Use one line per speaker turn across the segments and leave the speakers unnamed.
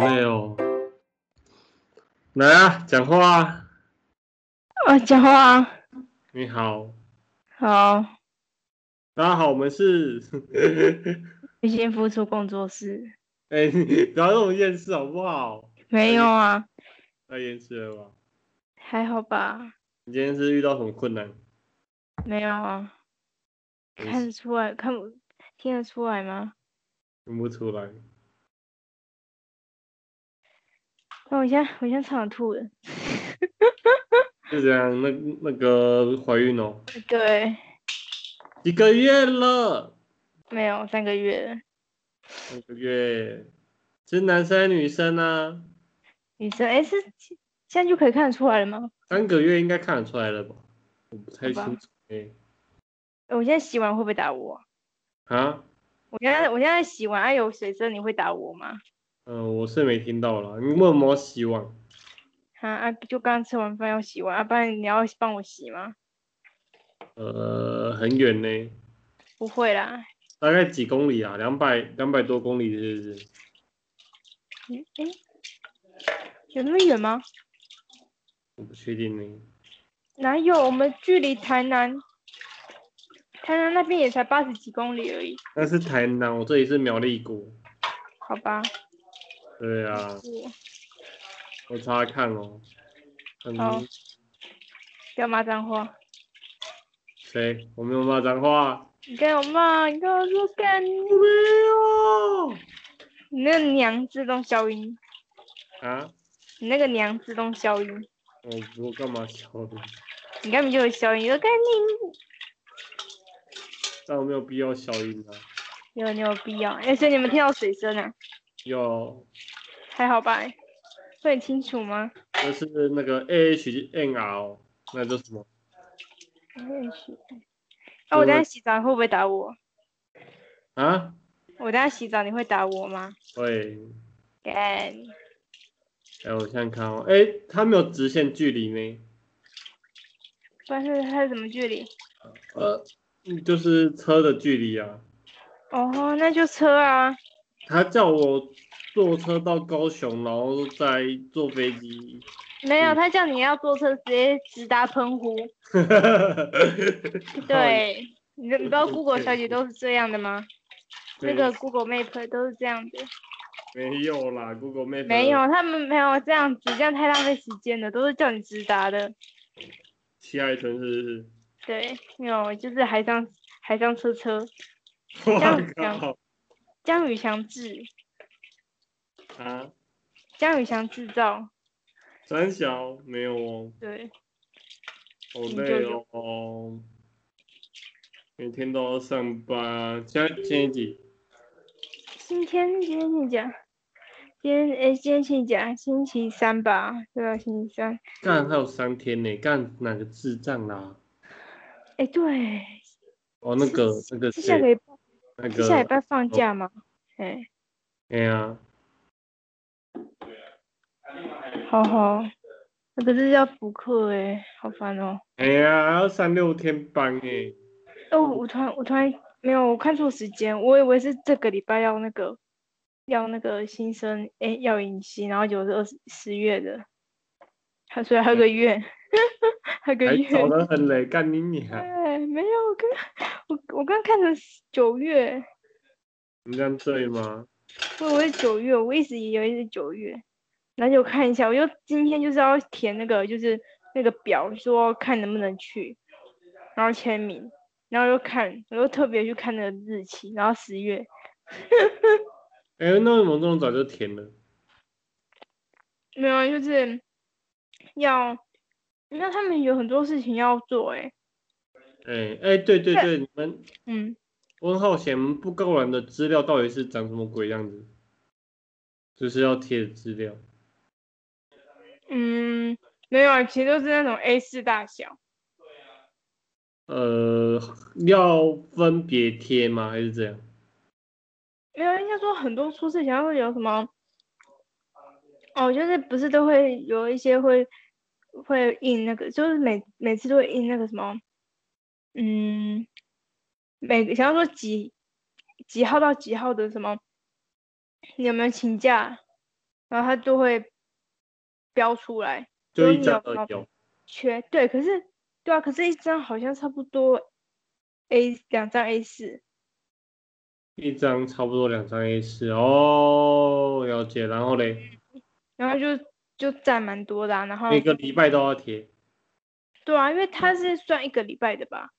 累哦。来啊，讲话啊！
啊，讲话啊，
你好，
好，
大家好，我们是……
已经付出工作室
哎、你不要那种厌世好不好？
没有啊，
太厌世了吧？
还好吧，
你今天是遇到什么困难？
没有啊，看得出来，看不听得出来吗？
听不出来。
那我现在我现在差点吐了，
就这样，那那个怀孕哦，
对，
一个月了，
没有三个月了，
三个月，是男生还是女生啊呢、
女生哎是现在就可以看得出来了吗？
三个月应该看得出来了吧？我不太
好吧
清楚哎、
呃我现在洗完会不会打我啊？
啊，
我现在我现在洗完，哎、有水声，你会打我吗？
嗯、我是没听到了，你为什么希望？
啊啊，就刚吃完饭要洗完，啊，不然你要帮我洗吗？
呃，很远呢、
不会啦，
大概几公里啊？两百两百多公里是不是？
嗯哎、有那么远吗？
我不确定呢、
哪有？我们距离台南，台南那边也才八十几公里而已，
那是台南，我这里是苗栗谷。
好吧？
对啊，
我
我查查看哦。
好
嗯，
不要骂脏话，
谁？我没有骂脏话。
你跟我骂，你跟我说干，
我没
你那个娘自动消音，
有。啊？
你那个娘自动消音，
我我干嘛笑呢？
你根本就有消音，我干你，
但我没有必要消音啊。
有你有必要？而且你们听到水声啊，
有，
还好吧？会很清楚吗？
那是那个 AHNR，哦那叫什么？
我也是。啊，我等下洗澡你会不会打我？
啊？
我等下洗澡你会打我吗？
对，
干，
哎、我想想看哦。哎、它没有直线距离呢。
不然是它是什么距离？
呃，嗯就是车的距离啊。
哦，那就车啊。
他叫我坐车到高雄，然后再坐飞机。
没有，
嗯
他叫你要坐车直接直达澎湖。对，你知你知道 Google 小姐都是这样的吗？那个 Google Map 都是这样的。
没有啦，Google Map
没有，，他们没有这样子，这样太浪费时间了，都是叫你直达的。
七海豚是
对，没有，就是海上海上车车，
不是？我
样子
靠
江宇翔制，
啊！
江宇翔制造。
三小没有哦，
对，
好
你就
累
有
哦，每天都要上班。现在现在几？
今天今天请假，今天诶，今天请假，星期三吧？对啊，星期三。
干还有三天呢，干哪个智障啦？
诶，哎对，
哦，那个那个
是下个
谁，
礼拜
那
是
个，
下礼
哦
拜放假吗？诶。
哎呀，
好好，那可是要补课哎，好烦哦、
哎呀，还要上六天班哎。
哦，我突然我突然没有，我看错时间，我以为是这个礼拜要那个要那个新生哎、要迎新，然后结果是二十十月的，还所以还有个月，还有个
还
月。
早得很嘞，干你娘！
哎，没有，我刚我我刚看成是九月，
你这样对吗？
我以为是九月，我一直以为是九月，然后就看一下，我就今天就是要填那个就是那个表，说看能不能去，然后签名，然后又看，我又特别去看那个日期，然后十月，
哎、那为什么这么早就填了？
没有，啊就是要，你看他们有很多事情要做、欸，诶，
哎、哎、对对对，你们
嗯，
温浩贤布告栏的资料到底是长什么鬼样子？就是要贴的资料，
嗯，没有啊，其实都是那种 A 四大小，
呃，要分别贴吗？还是这样？
没有，应该说很多出事情会有什么？哦，就是不是都会有一些会会印那个，就是每每次都会印那个什么，嗯，每个想要说几几号到几号的什么，你有没有请假？然后它就会标出来
就
就
一
是
张
有
而已哦。
缺。对，可是对啊，可是一张好像差不多 A 两张 A 四，
一张差不多两张 A 四哦，了解。然后嘞，
然后就就占蛮多的、啊。然后
每个礼拜都要贴，
对啊，因为
嗯
它是算一个礼拜的吧？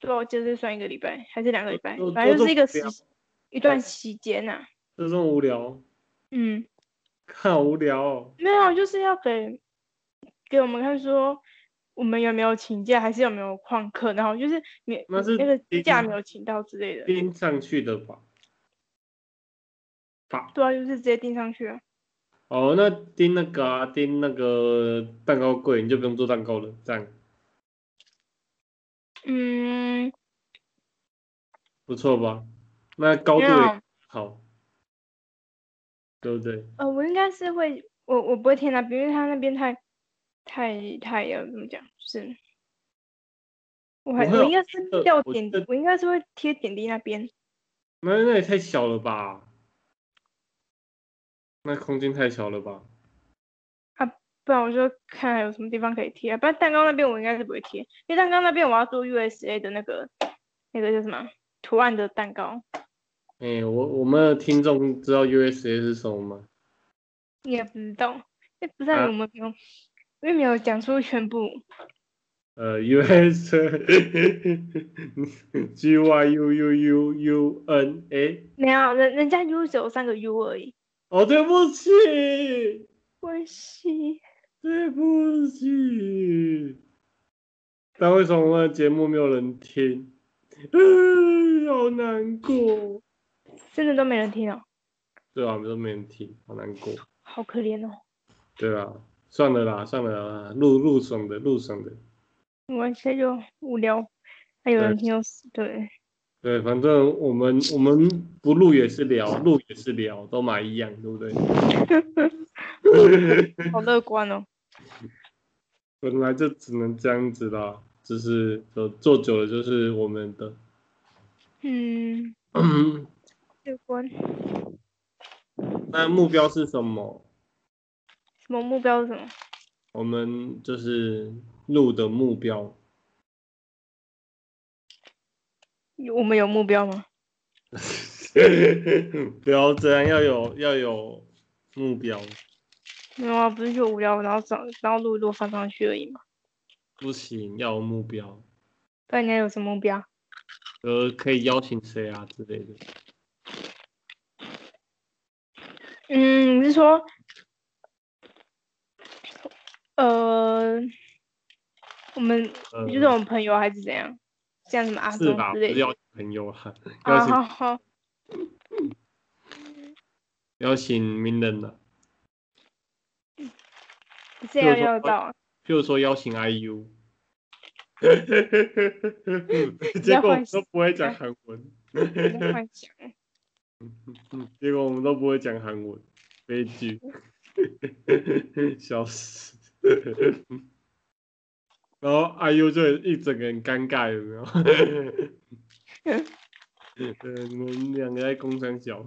对啊，我记得是算一个礼拜还是两个礼拜
都，
反正
都
就
这
是一个
么无
时
聊
一
哎
段期间呐、
就这么无聊，
嗯，
看好无聊、哦。
没有，啊就是要给给我们看说我们有没有请假，还是有没有旷课，然后就是没
那是
那个
一
假
定
没有请到之类的。
钉上去的吧？吧。
对啊，就是直接钉上去啊。
哦，那钉那个啊，钉那个蛋糕柜，你就不用做蛋糕了，这样
嗯，
不错吧？那高
没
度
有啊
也，好，对不对？
呃，我应该是会，我我不会贴那边，因为他那边太太太要怎么讲，就是我还
我会
我
有
应该是
得
掉
我
点
觉得，
我应该是会贴点滴那边。
那那也太小了吧？那空间太小了吧？
不然我就看还有什么地方可以贴、啊，不然蛋糕那边我应该是不会贴，因为蛋糕那边我要做 USA 的那个那个叫什么图案的蛋糕，
哎、我我们的听众知道 USA 是什么吗？
你也不知道，那不知道
啊
有没有，因为没有讲出全部，
呃，US G Y U U U U N 哎 A。
没有人人家 U 只有三个 U 而已，
哦，对不起，
关系
对不起。但为什么我的节目没有人听？嗯，好难过。
真的都没人听哦，
对啊，都没人听，好难过。
好可怜哦，
对啊，算了啦，算了啦，录录爽的，录爽的。
我现在就无聊，还有
对
人听就死对，
对，反正我们我们不录也是聊，录也是聊，都蛮一样，对不 对？嗯
好乐观哦，
本来就只能这样子啦，就是做做久了就是我们的。
嗯，乐观，
那目标是什么？
什么目标是什么？
我们就是录的目标，
有我们有目标吗？
不要这样，要有要有目标，
没有啊，不是就无聊，然后找然后录一录放上去而已嘛。
不行，要有目标，
不然你还有什么目标？
呃，可以邀请谁啊之类的。
嗯，你是说，呃，我们
呃，
就是我们朋友还是怎样？像什么阿
是
忠
吧？
之
不
类
是
的
邀请朋友 啊，
啊？
邀请
好好，
邀请名人了、啊，
这样
比如说
要 到啊，
譬如说邀请 IU。结
要
果我
换
们都不会
哎
讲韩文，
你在幻想。
嗯 结果我们都不会讲韩文，悲剧， 笑死。 然后 IU 就一整个人尴尬，有没有？ 呃，你们两个在工山小，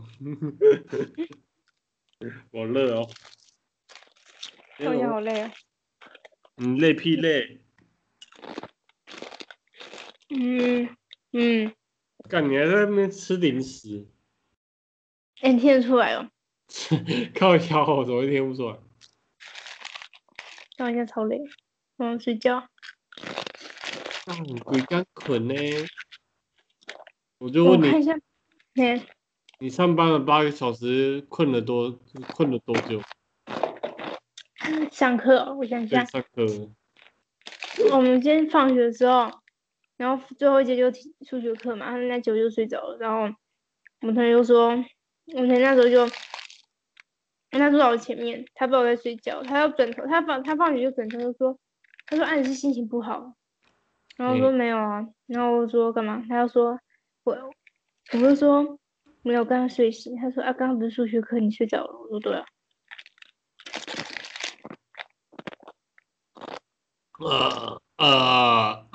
我乐哦。哎
我也好累啊。
你累屁累？
嗯嗯，
干，你还在那边吃零食？
哎，你听得出来哦，
靠腰，我怎么会听不出来？
但我现在超累，我要睡觉。
干，鬼干捆呢？我就
我
问你
看，一下，哎，
你上班了八个小时，困了多困了多久？
上课哦，我想一
在
下。
上课了
我们今天放学之后，然后最后一节就体数学课嘛，他们那九就睡着了。然后我们同学就说，我们同学那时候就，他坐在我前面，他不知道我在睡觉，他要转头，他放他放学就转头就说，他说啊你是心情不好，然后我说没有啊，然后我说干嘛？他就说我，我就说没有，刚刚睡醒。他说啊刚刚不是数学课你睡着了？我说对啊，
啊 啊！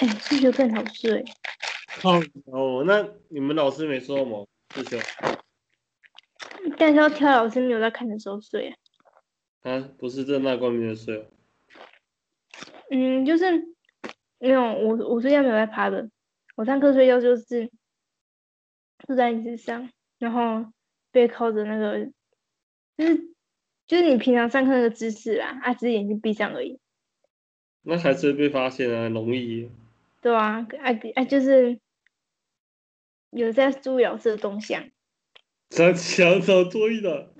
哎数学课很好睡，
靠哦，那你们老师没说吗？师兄，
但是要挑老师没有在看的时候睡。
啊，不是正大光明的睡哦，
嗯，就是那种我我睡觉没有在趴的，我上课睡觉就是坐在椅子上，然后背靠着那个，就是就是你平常上课那个姿势啦，啊，只是眼睛闭上而已，
那还是会被发现啊，很容易耶。
对啊，啊啊，就是有在注意老师的动向，
想想找作业的，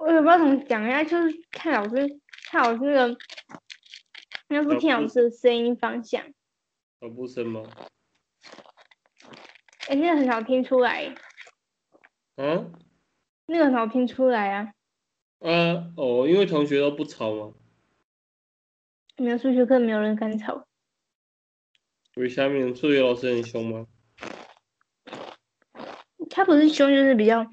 我也不知道怎么讲呀，就是看老师看老师那个，应该说
老
听老
师
师的声音方向，
脚步声啊吗？
哎、那个很好听出来，
啊
那个很好听出来啊。
啊哦，因为同学都不吵嘛，
没有数学课，没有人敢吵。
因为下面数学老师很凶吗？
他不是凶，就是比较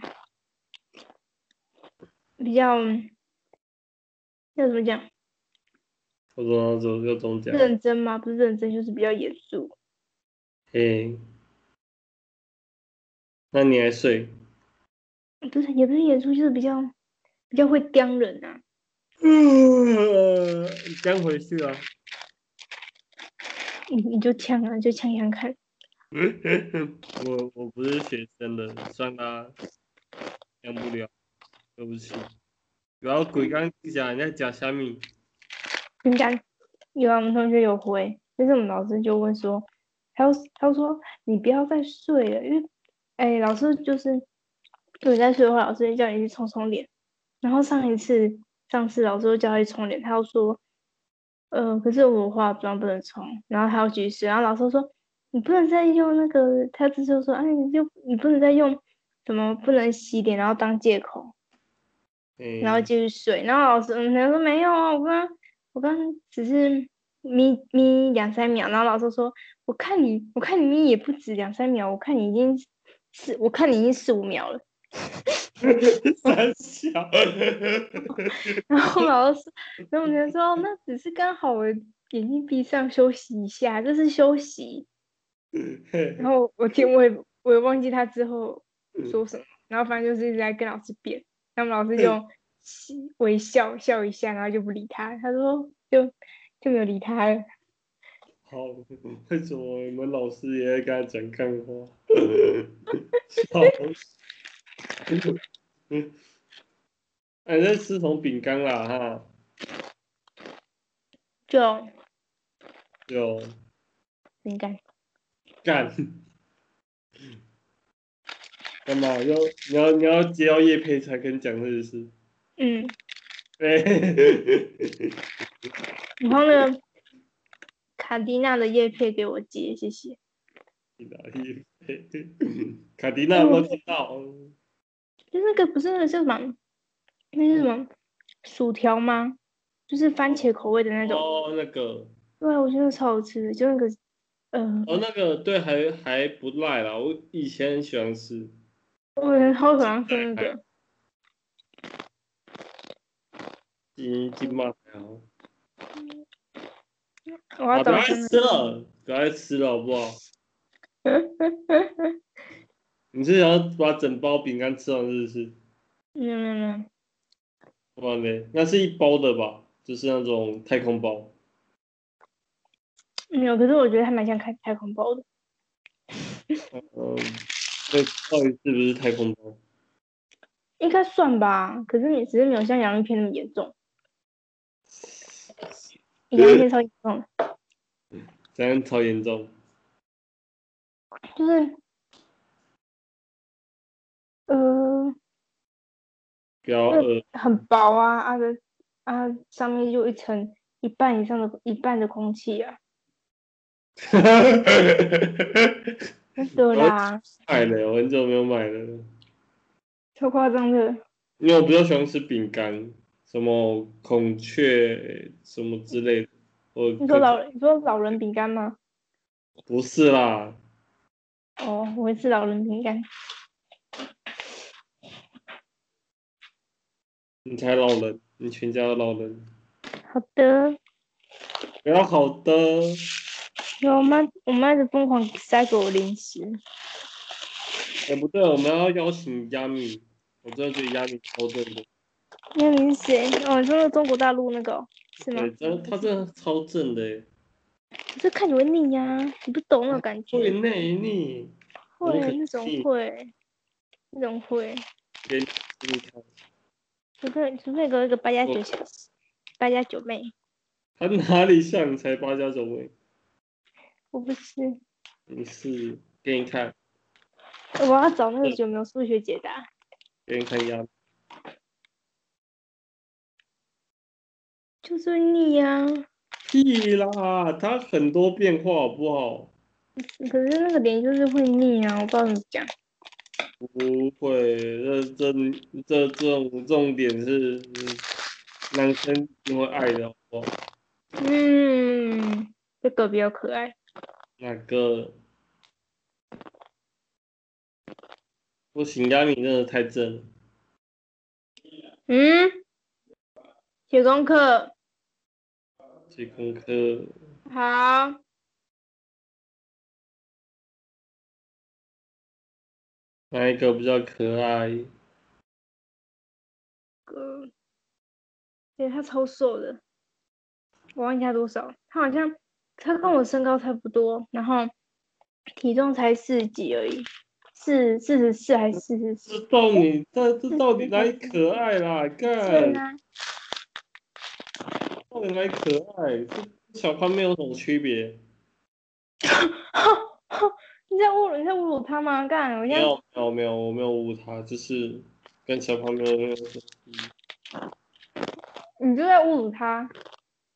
比较要怎么讲？
我怎么怎么又中奖？
认真吗？不是认真，就是比较严肃。
嘿，那你还睡？
不是，也不是严肃，就是比较比较会刁人啊。
嗯，将回去啊。
你你就呛啊，就呛呛看。
我我不是学生的，算啦，讲不了，对不起。然后鬼刚讲人家讲虾米，
应该有啊，我们同学有回，就是我们老师就问说，他又他又说你不要再睡了，因为哎，老师就是如果你再睡的话，老师就叫你去冲冲脸。然后上一次上次老师又叫他去冲脸，他又说，呃，可是我化妆不能冲，然后还要举手，然后老师就说你不能再用那个，他这就说，哎，你就你不能再用什么不能洗脸，然后当借口。
嗯，
然后继续睡。然后老师，嗯，他说没有啊，我刚我刚只是眯眯两三秒。然后老师说，我看你，我看你眯也不止两三秒，我看你已经四，我看你已经四五秒了。
哎三小，
然后老师，然后我就说，哦那只是刚好我眼睛闭上休息一下，这是休息。然后我听我也我也忘记他之后说什么，然后反正就是一直在跟老师辩，然后老师就嘻微笑笑一下，然后就不理他，他说就就没有理他了。
好，为什么我们老师也在跟他讲干话？ 笑死！嗯，哎，那吃什么饼干啦？哈，
就
有
应该
干。 干嘛？要你要你要接到叶佩才跟你讲这件事？
嗯，
哎、
然后呢，卡迪娜的叶片给我接，谢谢。
你哪里？卡迪娜有没有听到？
就那个不是那个叫什么，那是什么薯条吗？就是番茄口味的那种。
哦，那个，
对，我觉得超好吃的，就那个呃，
哦，那个，对，还还不赖啦。我以前很喜欢吃，
我人超喜欢吃那个。
金金马条。
我
啊，不
要找
要再
真
吃
的。
了，不要再吃了，好不 好？你是想要把整包饼干吃完，是不是？
没有没有没有，
不然嘞，那是一包的吧？就是那种太空包。
没有。可是我觉得还蛮像开太空包的，
嗯，那到底是不是太空包？
应该算吧。可是你只是没有像洋芋片那么严重，洋芋片超严重的，
怎样超严重？
就是呃
不要饿，
很薄啊啊的啊，上面就一层一半以上的一半的空气啊。对啦，
买了，我很久没有买了，
超夸张的。
因为我比较喜欢吃饼干，什么孔雀什么之类的。我
你说老你说老人饼干吗？
不是啦，
哦，我也是老人饼干。
你才老人，你全家都老人。
好的。
不要好的，
有我妈，我妈一直疯狂塞给我零食，
哎、不对，我们要邀请亚米，我真的觉得亚米超正的，
那你是谁？哦，你说那个中国大陆那个哦是吗
对，？真的他真的超正的欸耶，
可是看你会腻呀、你不懂那种感觉。
会内力，
会
很
那种
细
会，那种会，
给你看，
除非除非有一个八加
我
九小八加九妹，
他哪里像你才八加九位？
我不是，
你是给你看，
我要找那个
对
有没有数学解答。
给你看亚米，
就是腻呀、
屁啦，他很多变化好不好？
可是那个脸就是会腻啊，我不知道怎么讲。
不会，这这这这种重点是，嗯男生因为爱的好不好？
嗯，这个比较可爱。
哪个？不行，亚米真的太正了。
嗯，写功课
这功课
好。
哪一个比较可爱？
个，对他超瘦的，我忘记他多少，他好像他跟我身高差不多，然后体重才四几而已，四四十四还是四十
这
四？
到底这这到底哪里可爱啦？
对
干，
啊，
到底哪里可爱？这小胖妹有什么区别？
你在侮辱你在侮辱他吗？干，我
没
现在
有没有没有，我没有误他，就是跟小胖妹没有什么区别
你就在侮辱他。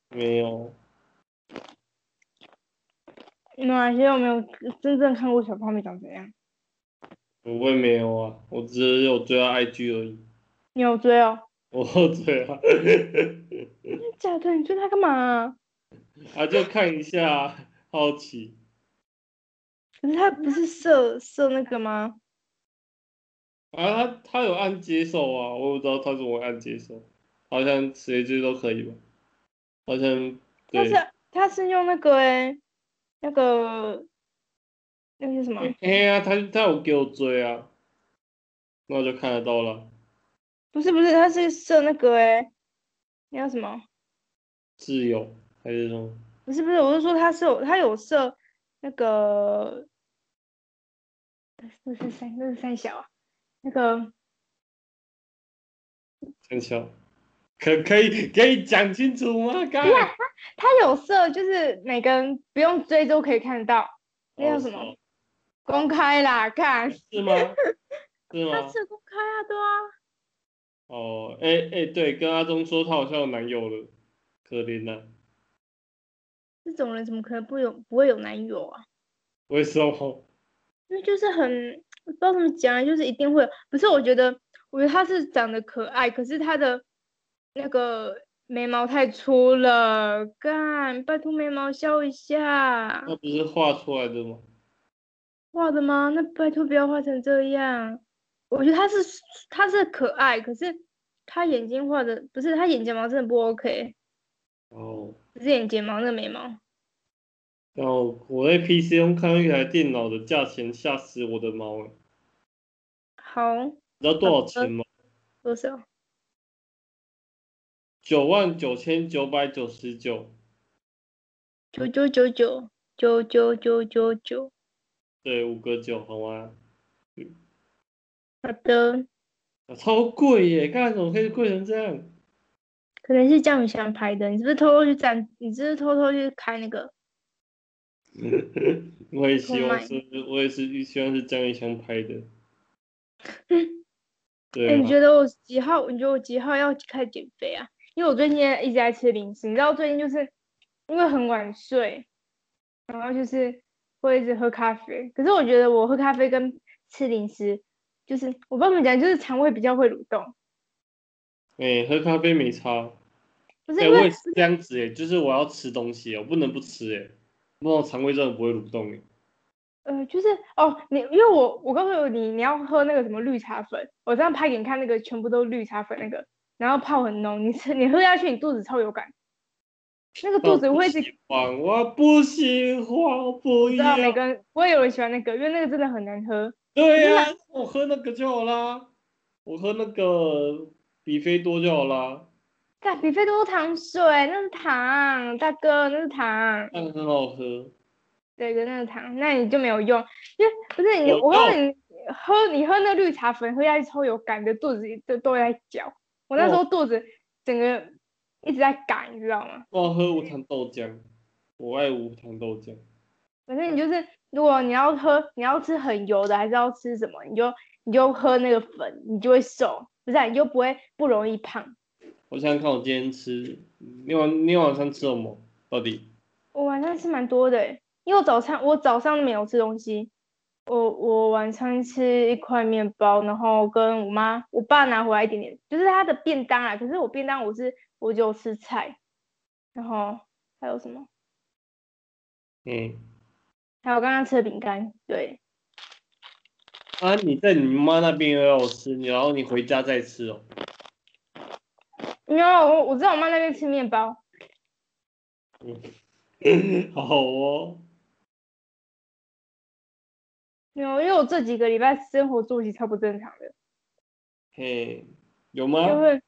没有。
那现在我没有真正看过小胖妹长怎样，
我也没有啊，我只有追到 IG 而已。
你有追哦？
我追啊，
真的假的？你追他干嘛啊、
啊就看一下，好奇。
可是他不是射射那个吗？
啊，他他有按接受啊，我也不知道他怎么按接受，好像谁追都可以吧？好像
他
对
是。他是用那个哎、那个那个是什么？
哎呀、他他有给我追啊，那我就看得到了，
不是不是，他是射那个哎、那叫什么？
挚友还是什么？
不是不是，我是说他是有他有射那个，那是三那是三小啊，那个
很巧，可可以可以讲清楚吗？刚
他有射，就是每个人不用追都可以看到，那叫什么？
哦
公开啦，看
是吗？是
他
吗？
是公开啊，对啊，
哦，哎、哎、对，跟阿忠说她好像有男友了，可怜呐、
这种人怎么可能不有不会有男友啊？
为什么？
因为就是很不知道怎么讲啊，就是一定会有不是？我觉得，我觉得他是长得可爱，可是他的那个眉毛太粗了，干，拜托眉毛削一下。
那不是画出来的吗？
画的吗？那拜托不要画成这样。我觉得他是他是可爱，可是他眼睛画的不是他眼睫毛真的不 OK，
哦，
不是眼睫毛那个眉毛。
然后我在 PC 用看到一台电脑的价钱，吓死我的猫哎！
好
你知道多少钱吗？
多少？
九万九千九百九十九，
九九九九九九九九九。
对，五个九，好吗？
好的。
啊超贵耶！干怎么可以贵成这样？
可能是叫你想拍的，你是不是偷偷去占？你是不是偷偷去开那个？
我也希望
买
是，我也是希望是江一翔拍的。
哎、
对
你
啊，
觉得我几号？你觉得我几号要开始减肥啊？因为我最近一直在吃零食，你知道最近就是因为很晚睡，然后就是会一直喝咖啡。可是我觉得我喝咖啡跟吃零食，就是我不知道怎么讲，就是肠胃比较会蠕动，
哎、喝咖啡没差。
不是
哎、
因
我
为
也是这样子哎、就是我要吃东西、欸，我不能不吃哎、不然我肠胃真的不会蠕动哎、
呃，就是哦，你因为我我告诉你，你要喝那个什么绿茶粉，我这样拍给你看，那个全部都是绿茶粉那个，然后泡很浓，你吃你喝下去，你肚子超有感，那
哦
个肚子会一直，
喜欢，我不喜欢，我不
知道
要。
每个人不会有人喜欢那个，因为那个真的很难喝，
对呀、我喝那个就好啦，我喝那个比菲多就好啦，
干比菲多糖水，那是糖，大哥，那是糖，
但很好喝。
对对，那是糖，那你就没有用，因为不是你，
我
我告诉
懂
你，喝你喝那绿茶粉，喝下去超有感的，肚子都都在绞。我那时
哦
候肚子整个一直在赶，你知道吗？
我喝无糖豆浆，我爱无糖豆浆。
反正你就是，如果你要喝，你要吃很油的，还是要吃什么，你就你就喝那个粉，你就会瘦，不是啊、你就不会不容易胖。
我想想看，我今天吃，你晚你晚上吃什么？到底？
我晚上吃蛮多的欸，因为我早餐我早上没有吃东西，我我晚餐吃一块面包，然后跟我妈我爸拿回来一点点，就是他的便当啊。可是我便当我是我就吃菜，然后还有什么？
嗯，
还有刚刚吃的饼干，对，
啊，你在你妈那边也有吃，你然后你回家再吃哦。
然后我我在我妈那边吃面包，
好哦，
没有，因为我这几个礼拜生活作息超不正常的。
嘿，有
就
吗？
会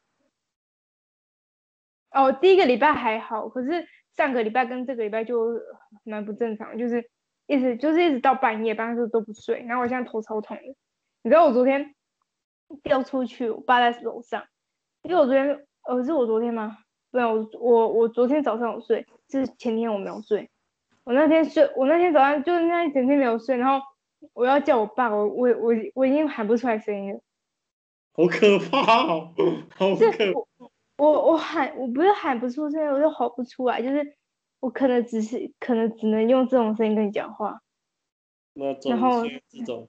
哦，第一个礼拜还好，可是上个礼拜跟这个礼拜就蛮不正常，就是一直就是一直到半夜，半夜都都不睡，然后我现在头超痛的。你知道我昨天掉出去，我爸在楼上，因为我昨天呃是我昨天吗？不然我我我昨天早上有睡，是前天我没有睡。我那天睡，我那天早上就是那一整天没有睡，然后我要叫我爸，我我我我已经喊不出来声音了。
好可怕哦，好
是
可
我我我喊我不是喊不出声，我就吼不出来，就是我可能只是可能只能用这种声音跟你讲话，
那
然后
种是这种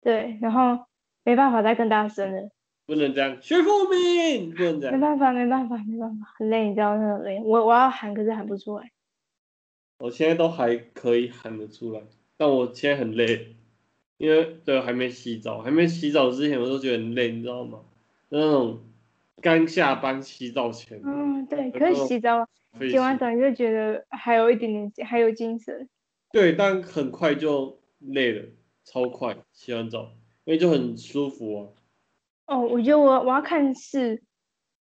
对，然后没办法再更大声了，
不能这样，学富命不能这
没
样。
办法没办法没办法，很累，你知道那种累，我我要喊可是喊不出来，
我现在都还可以喊得出来，但我现在很累，因为对还没洗澡，还没洗澡之前我都觉得很累，你知道吗？那种刚下班洗澡前，
嗯对，
然
可是
后
洗澡
会
洗完
洗
澡你就觉得还有一点点精还有精神，
对，但很快就累了，超快洗完澡，因为就很舒服啊。
哦，我觉得我我要看是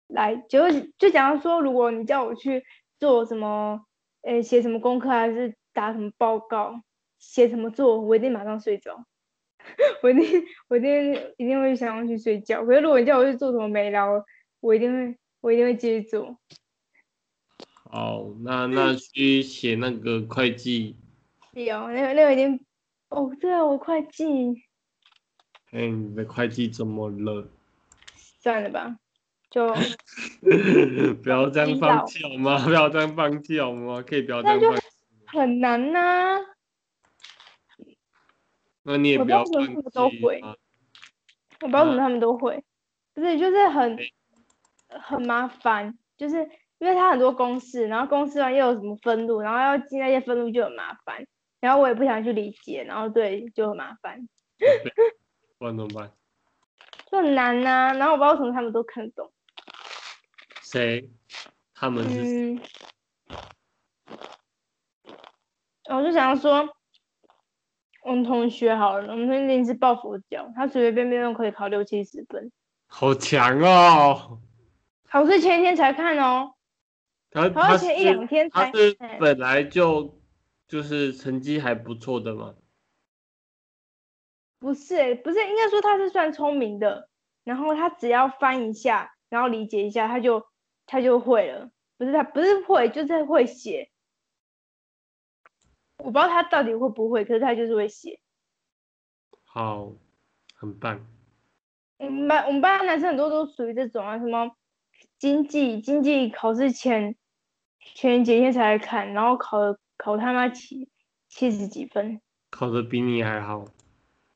来，就是就假如说，如果你叫我去做什么，呃，写什么功课还是打什么报告，写什么作文，我一定马上睡着， 我一定我一定一定会想要去睡觉。可是如果你叫我去做什么没聊，我一定会我一定会继续做。
好，那那
嗯
去写那个会计，
有那个那个已经，哦，对啊，我会计，
哎、你的会计怎么了？
算了吧，就
不要这样放弃好吗？ 不要这样放弃好吗？可以不要这样放弃，
很难呐、
那你也
我
不要
当
放
时我都
弃
会
啊。
我不知道怎么
那
他们都会，不是就是很
嗯对
很麻烦，就是因为它很多公式，然后公式完又有什么分路，然后要记那些分路就很麻烦，然后我也不想去理解，然后对就很麻烦，
不然怎么办？
就很难呐、然后我不知道为什么他们都看得懂，
谁？他们是谁、
嗯，我就想说，我们同学好了，我们同学临时抱佛脚，他随随便便都可以考六七十分，
好强哦！
考试前一天才看哦，
他
考
他
试
是
前一两天才
他是
哎
本来就就是成绩还不错的嘛。
不是欸、不是，应该说他是算聪明的，然后他只要翻一下，然后理解一下，他就他就会了。不是他不是会，就是会写。我不知道他到底会不会，可是他就是会写。
好，很棒。
我们班我们班的男生很多都属于这种啊，什么经济经济考试前前几天才来看，然后考了考他妈七七十几分。
考的比你还好，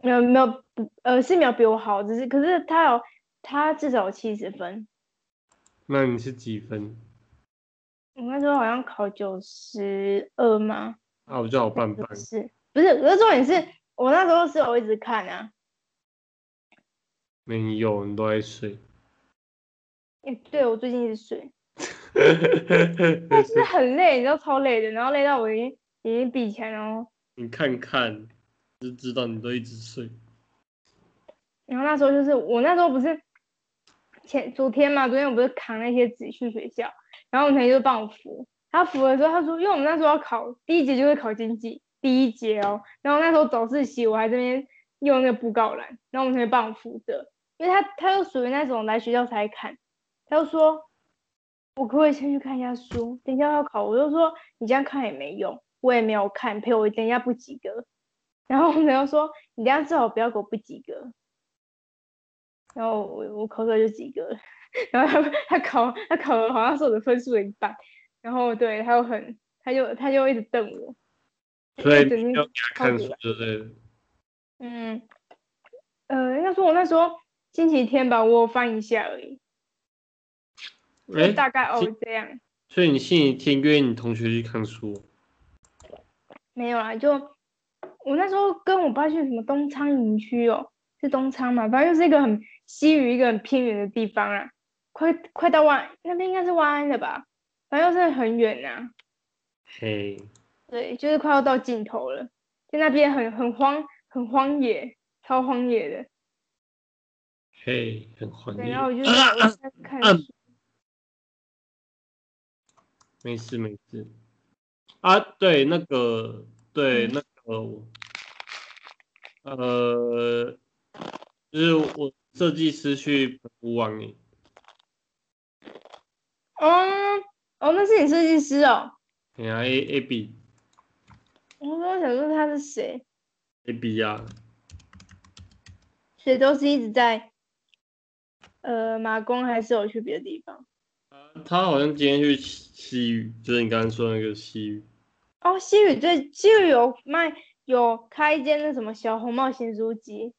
没有没有不呃是没有比我好，只是可是他有他至少有七十分，
那你是几分？
我那时候好像考九十二吗？
啊，我就好半半
不。是，不是，可是重点是我那时候是有一直看啊，
没有，你都在睡。
诶对我最近一直睡，但是
是
很累，你知道超累的，然后累到我已经眼睛闭起来，然后
你看看，就知道你都一直睡。
然后那时候就是我那时候不是前昨天嘛，昨天我不是扛那些纸去学校，然后我同学就帮我扶，他扶的时候他说，因为我们那时候要考第一节就是考经济第一节哦，然后那时候早自习我还这边用那个布告栏，然后我们同学帮我扶着，因为他他又属于那种来学校才看，他就说我可不可以先去看一下书，等一下要考，我就说你这样看也没用，我也没有看，陪我等一下不及格。 然后我朋友说：“你这样最好不要给我不及格。”然后我我考科就及格了， 然后他他考他考了好像是我的分数的一半，然后对他又很他就他就一直瞪我，
所以
整天
你要给他看书
超
之类的。
嗯，呃，应该说我那时候星期天吧，我有翻一下而已，就
哎、
大概哦
星
这样，
所以你星期天约你同学去看书，
没有啦，就我那时候跟我爸去什么东昌营区哦，是东昌嘛，反正就是一个很西于一个很偏远的地方啦，快快到万那边应该是万安了吧，反正就是很远呐、啊
嘿，
对，就是快要到尽头了，在那边很很荒很荒野，超荒野的。
嘿，很怀
对，
念啊
然。后我就在我在看
嗯
书，
没事没事。啊，对，那个，对，
嗯
那个我，呃，就是我设计师去澎湖玩诶，嗯
哦哦，那是你设计师哦。
哎呀，A A B
我说想说他是谁，
A 啊 B 呀，
谁都是一直在，呃，马公还是有去别的地方。
他好像今天去西西屿，就是你刚刚说那个西屿，
哦，西语最西语有卖有开一间那什么小红帽咸酥鸡，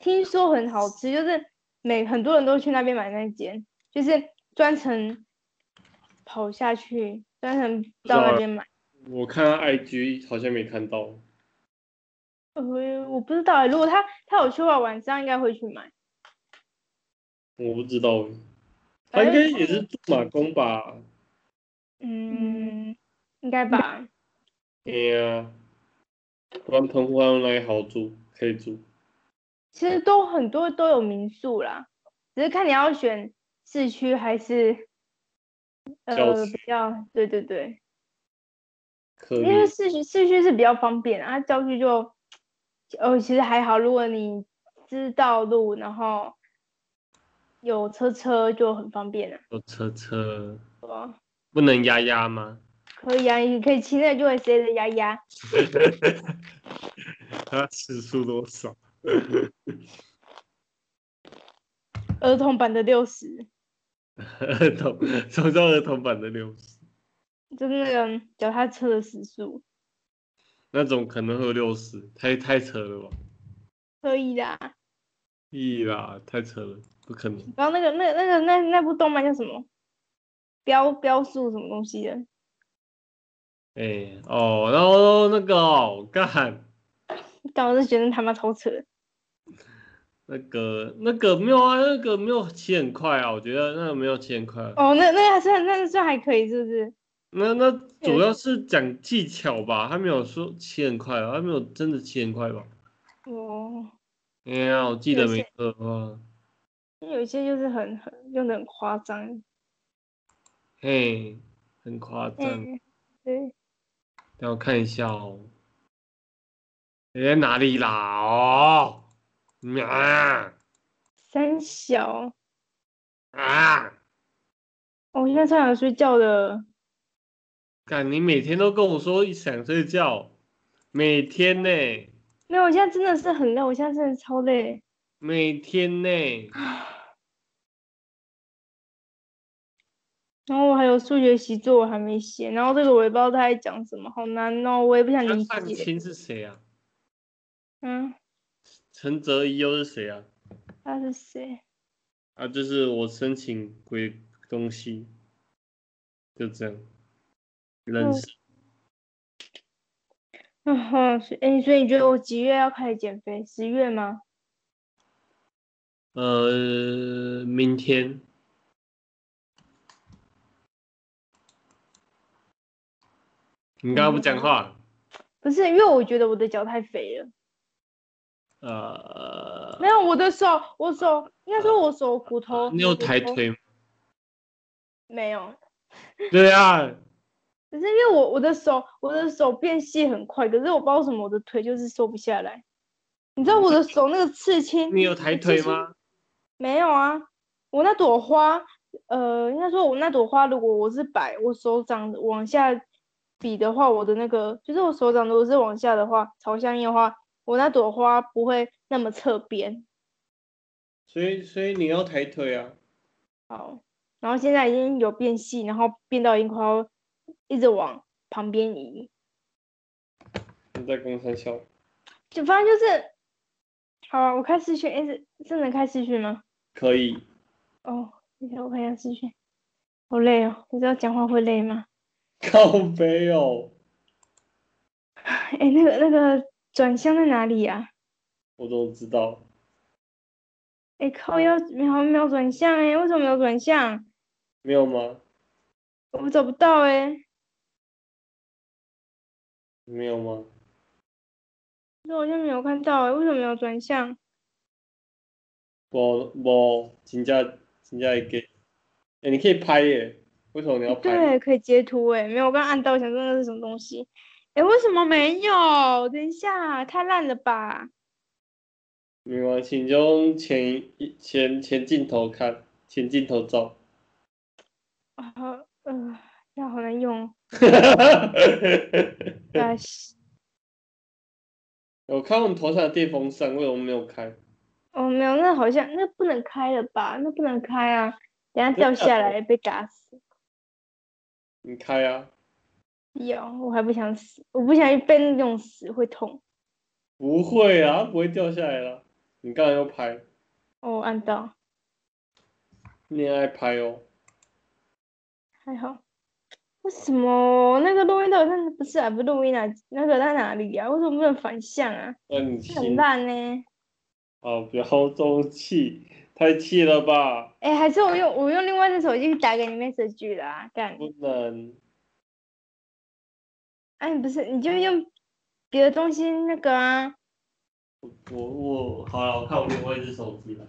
听说很好吃，就是每很多人都去那边买那间，就是专程跑下去，专程到那边买。
我看他 I G 好像没看到，
呃，我不知道欸，如果他他有去的话，晚上应该会去买。
我不知道诶，他
反
应
正
该也是驻马公吧？
嗯，应该吧。
哎呀，不然澎湖还有哪里好住？可以住？
其实都很多都有民宿啦，只是看你要选市区还是
郊
呃
区
比较对对对。
可以
因为市区市区是比较方便啊，郊区就，呃，其实还好，如果你知道路，然后有车车就很方便了、啊
有车车，
对吧
不能压压吗？
可以啊，你可以骑那就会塞着牙牙，
他时速多少？
儿童版的六十，
儿童，什么叫儿童版的六十？
就是那个脚踏车的时速，
那种可能会有六十，太太扯了吧？
可以啦。
咦啦，太扯了，不可能。
然后那个那那个那那部动漫叫什么？标标速什么东西的？
哎、哦，然后那个哦干、
搞得学生他妈超扯。
那个那个没有啊，那个没有骑很快啊，我觉得那个没有骑很快啊、
哦，那那还是那那还可以，是不是？
那那主要是讲技巧吧，他没有说骑很快啊，他没有真的骑很快吧？
哦。
哎呀，我记得
有
没
些
错的话，
有一些就是很很用的很夸张，
嘿，很夸张。
嗯，对，
让我看一下哦，你在哪里啦？哦，啊
三小，哦
啊！
我现在超想睡觉的，
干，你每天都跟我说想睡觉，每天呢、
没有，我现在真的是很累，我现在真的超累，
每天呢、啊
然后我还有数学习作我还没写，然后这个我也不知道他在讲什么，好难哦，我也不想理
张汉
解，
卿是谁啊？
嗯，
陈泽一又是谁啊？
他是谁？
啊，就是我申请鬼东西，就这样，人
嗯
生
嗯哼，所以哎，所以你觉得我几月要开始减肥？十月吗？
呃，明天你刚刚不讲话？
不是，因为我觉得我的脚太肥了，
呃，
没有我的手，我手应该说我手骨
啊
头。
哦你有
骨头
抬？腿吗？
没有，
对啊，
可是因为我我的手我的手变细很快，可是我不知道为什么我的腿就是收不下来。你知道我的手那个刺青？
嗯你有抬腿吗？
没有啊，我那朵花，呃，应该说我那朵花，如果我是摆我手掌往下比的话，我的那个就是我手掌如果是往下的话，朝向一的话，我那朵花不会那么侧边。
所以所以你要抬腿啊，
好，然后现在已经有变细，然后变到已经快要一直往旁边移，
你在公山笑。
就反正就是，好啊，我开视讯，哎，是是能开视讯吗？
可以，
哦，等一下我看一下视讯，好累哦，你知道讲话会累吗？
靠背哦，
哎、那个那个转向在哪里呀、啊？
我怎么知道？
哎、靠腰，没好像没有转向哎、为什么没有转向？
没有吗？
我找不到哎、
没有吗？
我好像没有看到哎、为什么没有转向？
我我请假请假也给，哎、你可以拍耶，为什么你要拍？
对，可以截图哎、没有，我刚刚按到，想说那是什么东西？哎、为什么没有？等一下，太烂了吧？
没关系，你就用前一前前镜头看，前镜头照。
啊，呃，那好难用 哦。啊，是
我看我们头上的电风扇为什么没有开？
哦，没有，那好像那不能开了吧？那不能开啊，等下掉下来被打死。
你开啊，
不要，我还不想死，我不想被那种死会痛。
不会啊，不会掉下来啦。你刚才又拍，
哦，按到。
你也爱拍哦。
还好。为什么那个录音到底在不是啊？不是录音啊，那个在哪里啊？为什么不能反向啊？
那你
很
心
烂呢、
好，不要中气，太气了吧？
哎、还是我用我用另外一只手机打给你 message 啦、干！
不能，
哎、不是，你就用别的东西那个啊。
我我好了，我看我另外一只手机了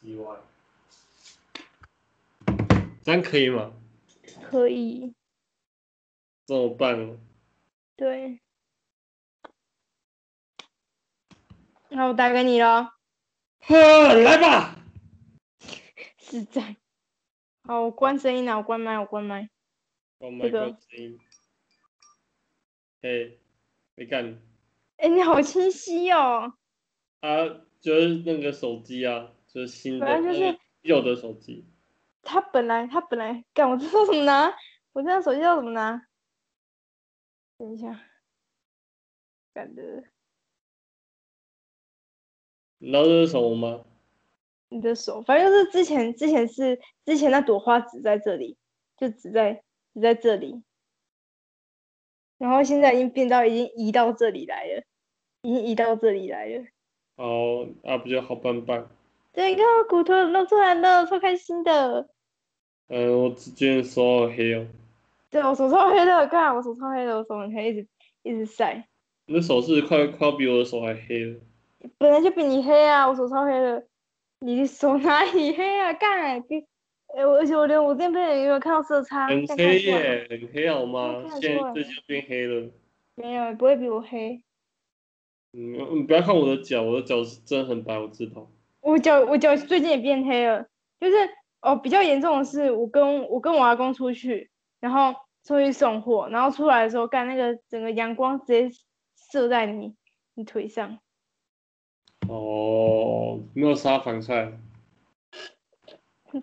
，G Y，这样可以吗？
可以，
怎么办哦？
对。那我打给你咯，
呵，来吧，
是在。好，我关声音了，我关麦，我关麦。
我
这
麦
个
克 Oh 声音。嘿，没干
哎、你好清晰哦。
啊，就是那个手机啊，就是新的，呃
反正就是
旧的手机，
他本来他本来干，我知道怎么拿，我知道手机要怎么拿。等一下，干的，
你知道这是什么吗？
你的手，反正就是之前之前是之前那朵花只在这里，就只在只在这里，然后现在已经变到已经移到这里来了，已经移到这里来了。
哦，啊，不就好棒棒？
对，你看我骨头露出来了，超开心的。
嗯，我只觉得手好黑哦，
对我手超黑的，看我手超黑的，我手很黑，一直一直晒，
你的手是快快要比我的手还黑了。
本来就比你黑啊，我手超黑的，你的手哪里黑啊？干，给，哎、我而且我连我这边也有看到色差，
很
但看
黑
出来
耶，很黑好
看
吗
得？出
现
来
在最近变黑了。
没有，不会比我黑。
嗯，你不要看我的脚，我的脚是真的很白，我知道。
我脚我脚最近也变黑了，就是哦，比较严重的是，我跟我跟我阿公出去，然后出去送货，然后出来的时候，干那个整个阳光直接射在你你腿上，
哦，没有杀防晒，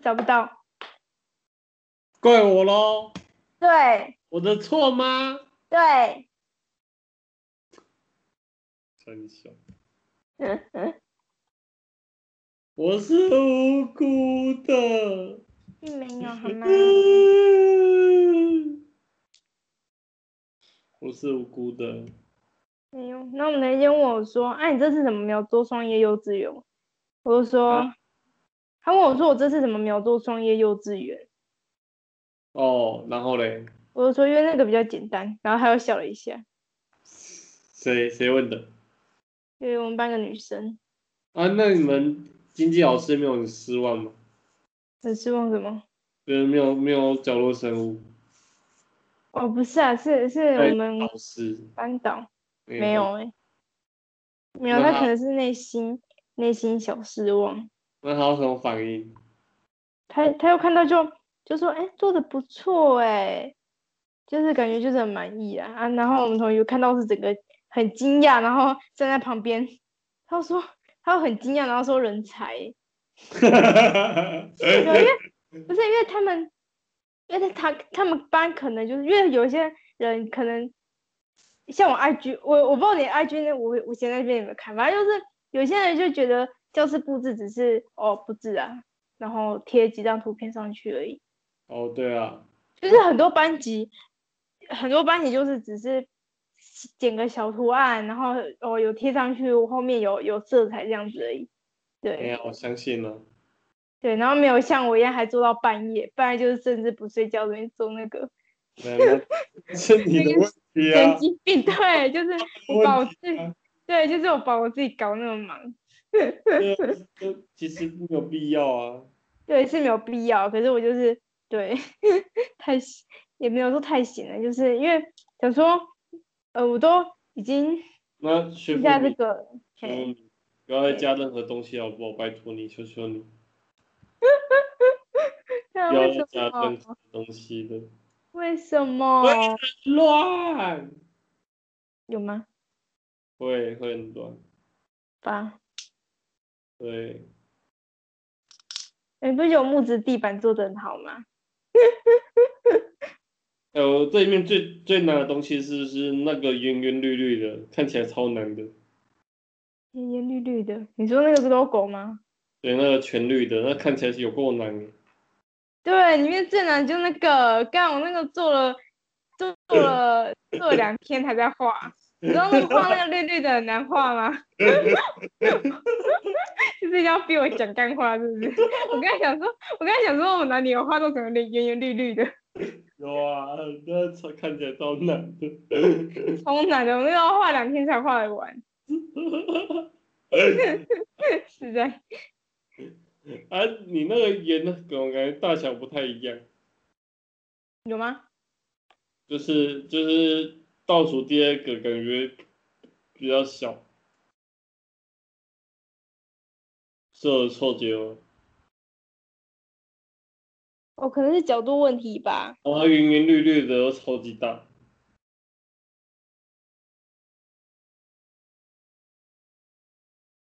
找不到。
怪我喽，
对
我的错吗？
对，
真凶，
嗯嗯，
我是无辜的。
并没有好 吗？
嗯 我是无辜的，
没有。那我们那天问我说：“哎、你这次怎么没有做双叶幼稚园？”我就说
啊，
他问我说：“我这次怎么没有做双叶幼稚园
哦，然后嘞，？”
我就说：“因为那个比较简单。”然后他又笑了一下，
谁谁问的？
因为我们班个女生，
啊，那你们经济老师没有很失望吗？
很失望什么？
就是没有没有角落生物，
哦，不是啊，是是
哎
我们
老师
班导没有。哎、没有，
那他
他可能是内心内心小失望，
那他有什么反应？
他他又看到就就说，哎、做的不错哎、就是感觉就是很满意啊啊，然后我们同学看到是整个很惊讶，然后站在旁边，他说他很惊讶，然后说人才欸、对，因为不是因为他们，因为他他们班可能就是因为有一些人可能像我 IG，我我不知道你 IG 那我我现在那边有没有看，反正就是有些人就觉得教室布置只是哦布置啊，然后贴几张图片上去而已，
哦，对啊，
就是很多班级很多班级就是只是剪个小图案，然后哦有贴上去，后面有有色彩这样子而已，对。
哎呀，我相信了。
对，然后没有像我一样还做到半夜，半夜就是甚至不睡觉，容易做那个
没有那 是你的问题
神
啊，
经病。对，就是我
问
把我
题
自己
啊，
对，就是我把我自己搞那么忙，
这这其实没有必要啊。
对，是没有必要。可是我就是对， 太闲也没有说太闲了，就是因为想说，呃，我都已经
那学
一
富
下这
你，
个，
学富
嘿，
你不要再加任何东西好不好？拜托你，求求你，
那
不要
啊为
再
什
加任
么？
何东西了。
为什么？
乱，
有吗？
会会很乱，
吧，
对，
你不是有木质地板做的很好吗？
哎，我这里面最最难的东西是是那个圆圆绿绿的，看起来超难的。
圆圆绿绿的，你说那个 logo 吗？
对，那个全绿的，那看起来是有够难的。
对，里面最难就那个，干我那个做了做了做了两天还在画，你知道那个画那个绿绿的很难画吗？ 就是要逼我讲干话，是不是？ 我刚才想说，我刚才想说我哪里有画到什么圆圆绿绿的，
有啊，那超看起来超难的。
超难的，我那个要画两天才画得完，实在。
啊，你那个圆的梗，我感觉大小不太一样，
有吗？
就是就是倒数第二个感觉比较小，是有错觉吗？
哦，可能是角度问题吧。
然后它圆圆绿绿的又超级大，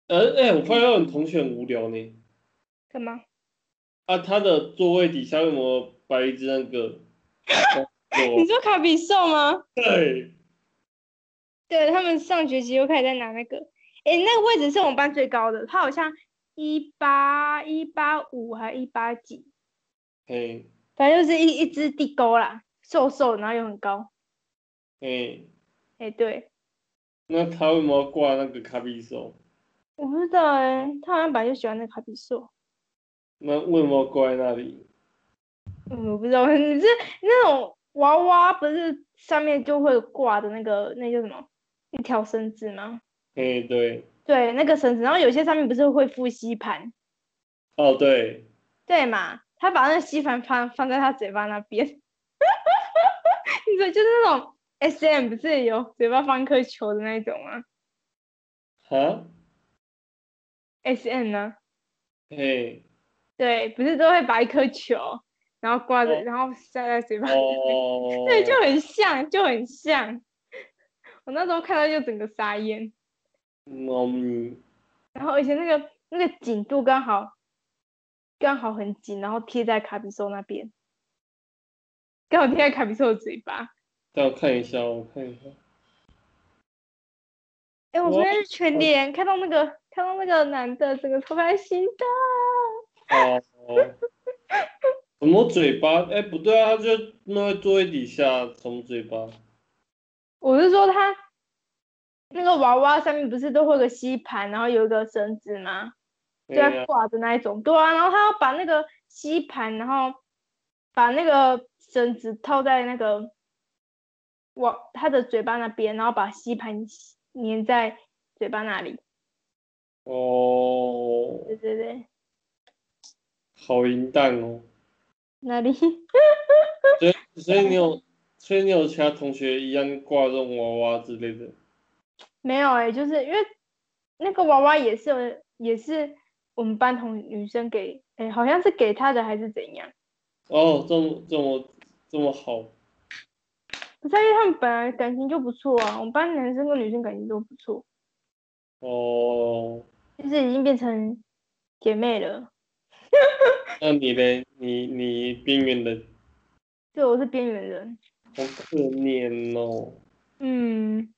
呃，哎、我发现我们同学很无聊呢。
干嘛？
啊，他的座位底下为什么摆一只那个？
你
有
说卡比兽吗？
对，
对他们上学期又开始在拿那个，诶，那个位置是我们班最高的，他好像一八一八五还一八几，
嘿，
反正就是一一只地沟啦，瘦瘦，然后又很高。
嘿，
诶，对，
那他为什么要挂那个卡比手？
我不知道诶，他好像本来就喜欢那个卡比兽，
那为什么要挂在那里？
嗯，我不知道， 你是那种娃娃不是上面就会挂的那个那叫什么一条绳子吗？
嘿，对，
对，那个绳子，然后有些上面不是会附吸盘，
哦对，
对嘛？他把那个吸盘放放在他嘴巴那边， 你知道就是那种 S M 不是有嘴巴放一颗球的那一种吗
哈，
？S M 呢？
嘿，
对，不是都会把一颗球，然后挂着，
哦
然后塞在嘴巴里面，
哦，
对，就很像，就很像。我那时候看到就整个傻眼，
嗯，
然后而且那个那个紧度刚好刚好很紧，然后贴在卡比兽那边，刚好贴在卡比兽的嘴巴。
让我看一下，我看一下，
哎、我
我
昨天去全联看到那个看到那个男的，整个超开心的。
哦，什么嘴巴？哎，不对啊，他就那个座位底下什么嘴巴？
我是说他那个娃娃上面不是都会有个吸盘，然后有一个绳子吗？
嘿
对
哎呀
啊，挂着那一种。对啊，然后他要把那个吸盘，然后把那个绳子套在那个往他的嘴巴那边，然后把吸盘粘在嘴巴那里。
哦，
对对对，
好淫荡哦。
哪里？
所以所以你 有，所以你有其他同学一样挂这种娃娃之类的。
没有哎、就是因为那个娃娃也是有也是我们班同女生给，哎、好像是给她的还是怎样？
哦，这么这么这么好，
不是啊，因为他们本来感情就不错啊，我们班男生跟女生感情都不错，
哦，
就是已经变成姐妹了。
那你嘞？你你边缘人，
对，我是边缘人。
好可怜哦，
嗯，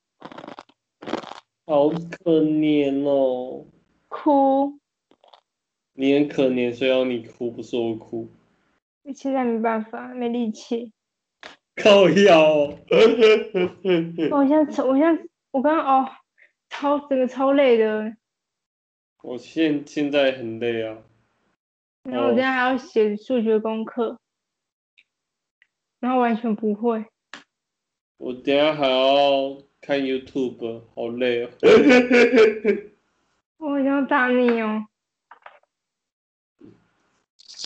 好可怜哦，
哭，
你很可怜，所以要你哭，不是我哭，
现在没办法，没力气。
靠腰、 哦，
我现在超，我现在我刚刚哦，超整个超累的，
我现现在很累啊，
然后我
哦
现在还要写数学功课，然后完全不会。
我等一下还要看 YouTube，好累哦，
我想打你哦！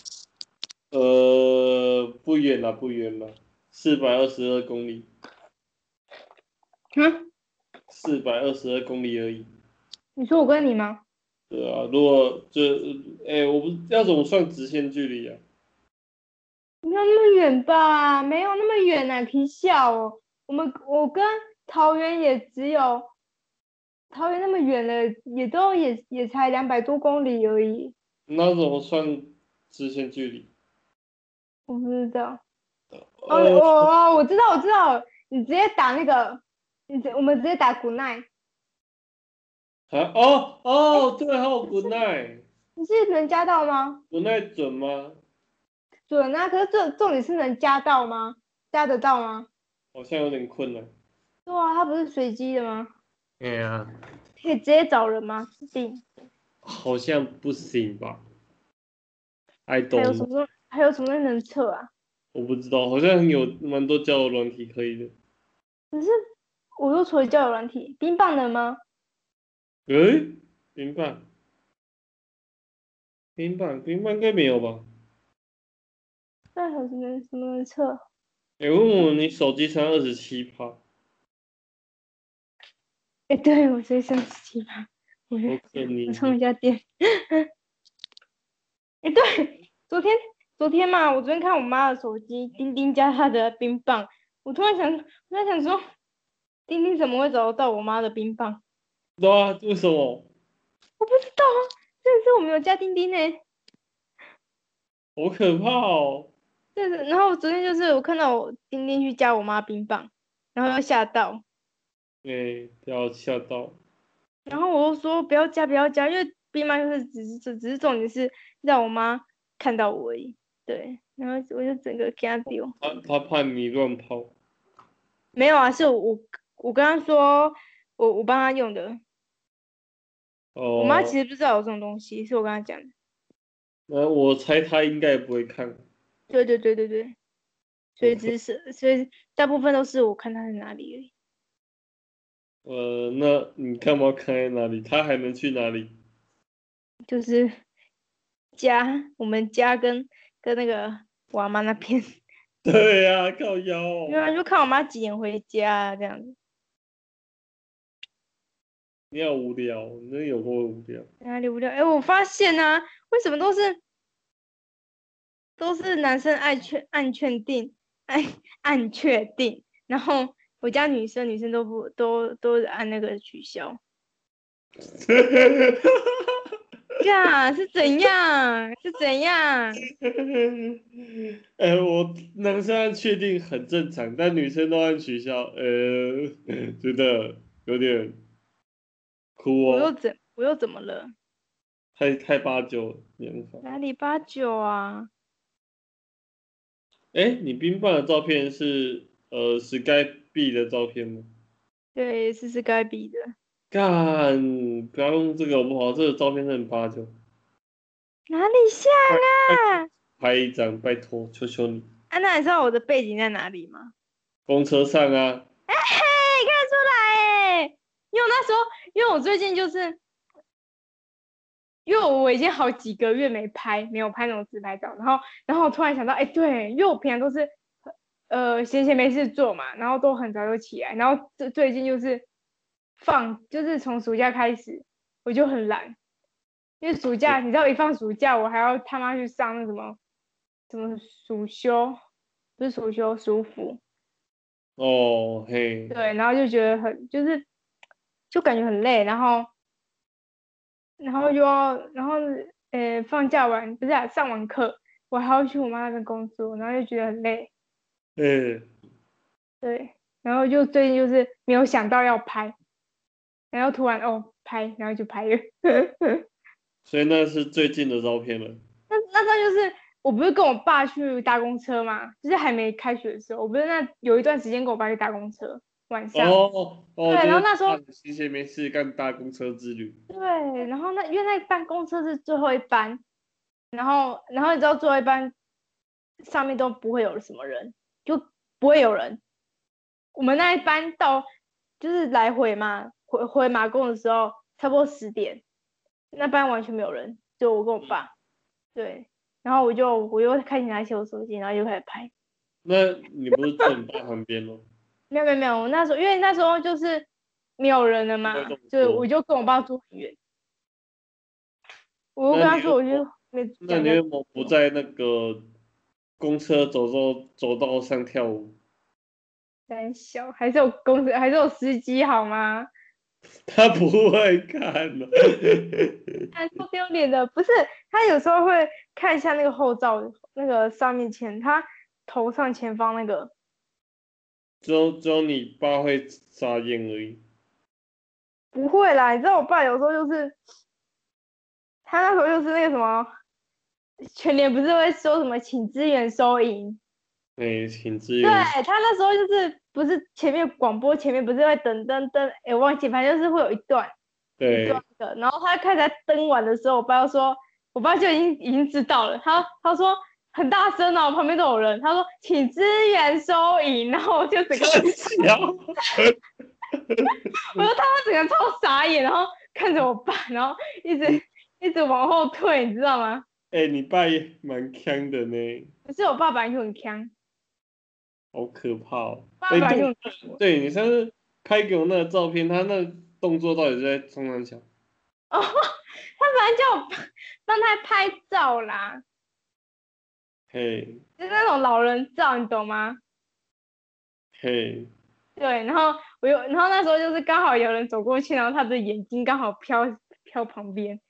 呃，不远了，不远了，四百二十二公里，
嗯，
四百二十二公里而已。
你说我跟你吗？
对啊，如果这，哎、我不要怎么算直线距离啊？
没有那么远吧？没有那么远啊，皮笑哦。我们我跟桃园也只有桃园那么远了，也都也也才两百多公里而已。
那怎么算直线距离？
我不知道。哦，我
呃，
哦，我知道，我知道了，你直接打那个，你直我们直接打 good night。
啊，哦哦，最后 good night，good
你是能加到吗？
night 准吗？
准啊，可是重重点是能加到吗？加得到吗？
好像有点困难。
对啊，它不是随机的吗？
哎呀，
可以直接找人吗？指定。
好像不行吧？I
还有什
don't，know，
么东还有什么东西能测啊？
我不知道，好像有蛮多交友软体可以的。
可是我又除了交友软体，冰棒能吗？
诶、冰棒，冰棒，冰棒应该没有吧？
那还有什么什么能测？
哎、问我你手机上二十七趴，
哎、对我直接升十七吧，我
我可
我
怜。
充一下电。哎、对，昨天昨天嘛，我昨天看我妈的手机，钉钉加她的冰棒，我突然想，我在想说，钉钉怎么会找得到我妈的冰棒？
对啊，为什么？
我不知道啊，真的是我没有加钉钉呢、
好可怕哦！
对的，然后我昨天就是我看到我钉钉去加我妈冰棒，然后又吓到，
哎、不要吓到。
然后我又说不要加不要加，因为冰棒就是只是只只是重点是让我妈看到我而已，对，然后我就整个给她丢，
他他怕你乱跑。
没有啊，是我我跟她说我我帮她用的，
哦，
我妈其实不知道有这种东西，是我跟她讲的，
呃，我猜他应该也不会看。
对对对对对，所以只是所以大部分都是我看她在哪里而已，
呃，那你干嘛看在哪里？他还能去哪里？
就是家我们家跟跟那个我阿妈那边。
对呀、靠腰、哦
没。有啊，就看我妈几点回家啊这样子，
你好无聊，你真的有够无聊。
哪里无聊？哎，我发现啊，为什么都是都是男生爱确按确定，按按确定，然后我家女生女生都不都都是按那个取消，呀是怎样？是怎样？
哎、我男生按确定很正常，但女生都按取消，呃， 觉得有点哭
我又
哦，
怎我又怎么了？
太太八九年法。
哪里八九啊？
哎、你冰棒的照片是呃 Sky B 的照片吗？
对，是是该比的，
干，不要用这个好不好？这个照片是很八九，
哪里像啊？
拍一张，拜托，求求你。
安娜，那你知道我的背景在哪里吗？
公车上啊，
嘿，欸看得出来哎，因为我那时候，因为我最近就是因为我已经好几个月没拍，没有拍那种自拍照，然后然后我突然想到，哎，对，因为我平常都是呃闲闲没事做嘛，然后都很早就起来，然后最最近就是放，就是从暑假开始我就很懒，因为暑假你知道一放暑假我还要他妈去上那什么什么暑修，不是暑修暑辅，
哦嘿，
对，然后就觉得很就是就感觉很累，然后。然后又要，然后呃，放假完不是、啊、上完课，我还要去我妈那边工作，然后就觉得很累，
嗯，
对，然后就最近就是没有想到要拍，然后突然哦拍，然后就拍了， 那
所以那是最近的照片了。
那那就是我不是跟我爸去搭公车嘛，就是还没开学的时候，我不是那有一段时间跟我爸去搭公车，晚上，
哦哦，
对然后那时候
候闲闲没事干搭公车之旅，
对，然后那因为那班公车是最后一班，然后然后你知道最后一班上面都不会有什么人，就不会有人。我们那一班到就是来回嘛，回回马公的时候差不多十点，那班完全没有人，只有我跟我爸。对，然后我就我又开始拿起我手机，然后就开始拍。
那你不是坐你爸旁边 吗？
没有没有没有，我那时候因为那时候就是没有人了嘛
不会这么，
就
说
我就跟我爸坐很远，我就跟
那
他
你
说，我就没
那
讲
你
的
为什么不在那个公车走走走道上跳舞？
胆小，还是有公司，还是有司机好吗？
他不会看的、
哎，超丢脸的，不是他有时候会看一下那个后照，那个上面前他头上前方那个，
只有只有你爸会撒眼而已。
不会啦，你知道我爸有时候就是，他那时候就是那个什么，全年不是会说什么请支援收银。
哎、请支援
对。他那时候就是不是前面广播前面不是会噔噔噔，哎、我忘记，反正就是会有一段一
对，，
段的。然后他开始在登完的时候，我爸就说，我爸就已经已经知道了，他他说很大声哦，旁边都有人，他说请支援收银，然后我就整个
小，
我就他整个超傻眼，然后看着我爸，然后一直一直往后退，你知道吗？
哎、你爸也蛮强的呢，
可是我爸本来就很强，
好可怕哦！
爸
哎
本来就
对
很
对你上次拍给我那个照片，他那个动作到底是在冲上墙？
哦，他本来叫我帮帮他拍照啦。
嘿，
就是那种老人照，你懂吗？
嘿，
对，然后我有，然后那时候就是刚好有人走过去，然后他的眼睛刚好飘飘旁边，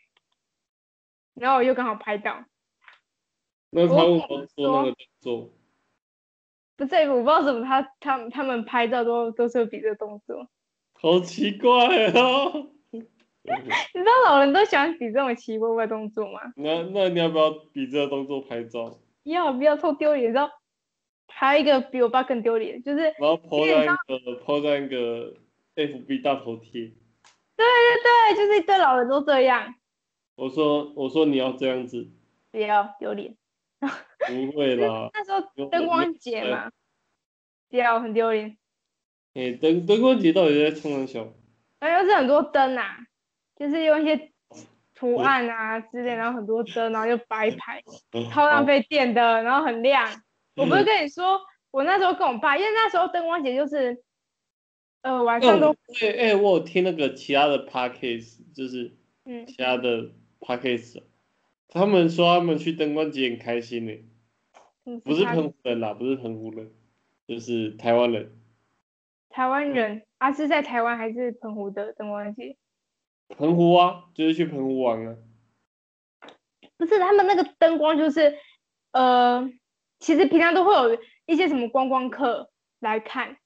然后我又刚好拍到，
那他为什
我
么做那个动作？
不是我不知道怎么他他他们拍照都都是有比这个动作，
好奇怪哦！
你知道老人都喜欢比这种奇奇怪怪的动作吗？
那那你要不要比这个动作拍照，
要不要臭丢脸？你知道还有一个比我爸更丢脸，就是对
然后 po 在那个 po 在那个 FB 大头贴？
对对，就是一堆老人都这样，
我说我说你要这样子，
不要丢脸。
不会啦。
那时候
有
灯光节嘛，不要很丢脸。
哎、灯灯光节到底在冲上墙？
然后又是很多灯啊，就是用一些图案啊之类，然后很多灯，然后就摆一排，
嗯
超
哦
浪费电的，然后很亮。我不是跟你说，我那时候跟我爸，因为那时候灯光节就是，呃，晚上都
嗯，对，哎、我有听那个其他的 podcast，就是
嗯，
其他的 podcast，他们说他们去灯光节很开心呢、
嗯
不是
台
澎湖人啦，不是澎湖人，就是台湾人，
台湾人啊，是在台湾还是澎湖的灯光节？
澎湖啊，就是去澎湖玩啊。
不是，他们那个灯光就是，呃，其实平常都会有一些什么观光客来看，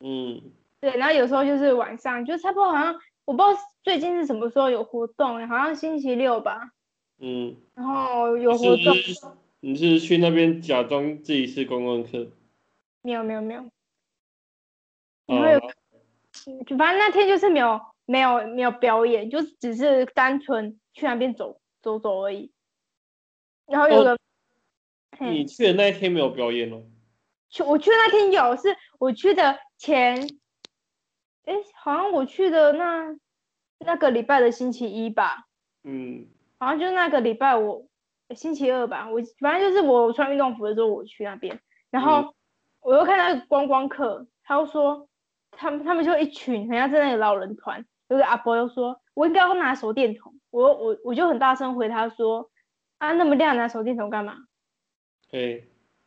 嗯，
对，然后有时候就是晚上，就差不多好像我不知道最近是什么时候有活动、欸，好像星期六吧，
嗯，
然后有活
你是
动
不，是你是去那边假装自己是观光客？
没有没有没有，
哦
会有嗯就反正那天就是没有没有没有表演，就是只是单纯去那边走走走而已。然后有
哦
个，
你
嘿，
去的那一天没有表演哦。
去我去那天有，是我去的前，诶，好像我去的那那个礼拜的星期一吧，
嗯，
好像就那个礼拜我星期二吧，我反正就是我穿运动服的时候我去那边，然后我又看到一个观光客，他又说他们他们就一群，很像是那个老人团，有个阿伯又说，我应该要拿手电筒，我我我就很大声回他说，啊那么亮拿手电筒干嘛？
哎，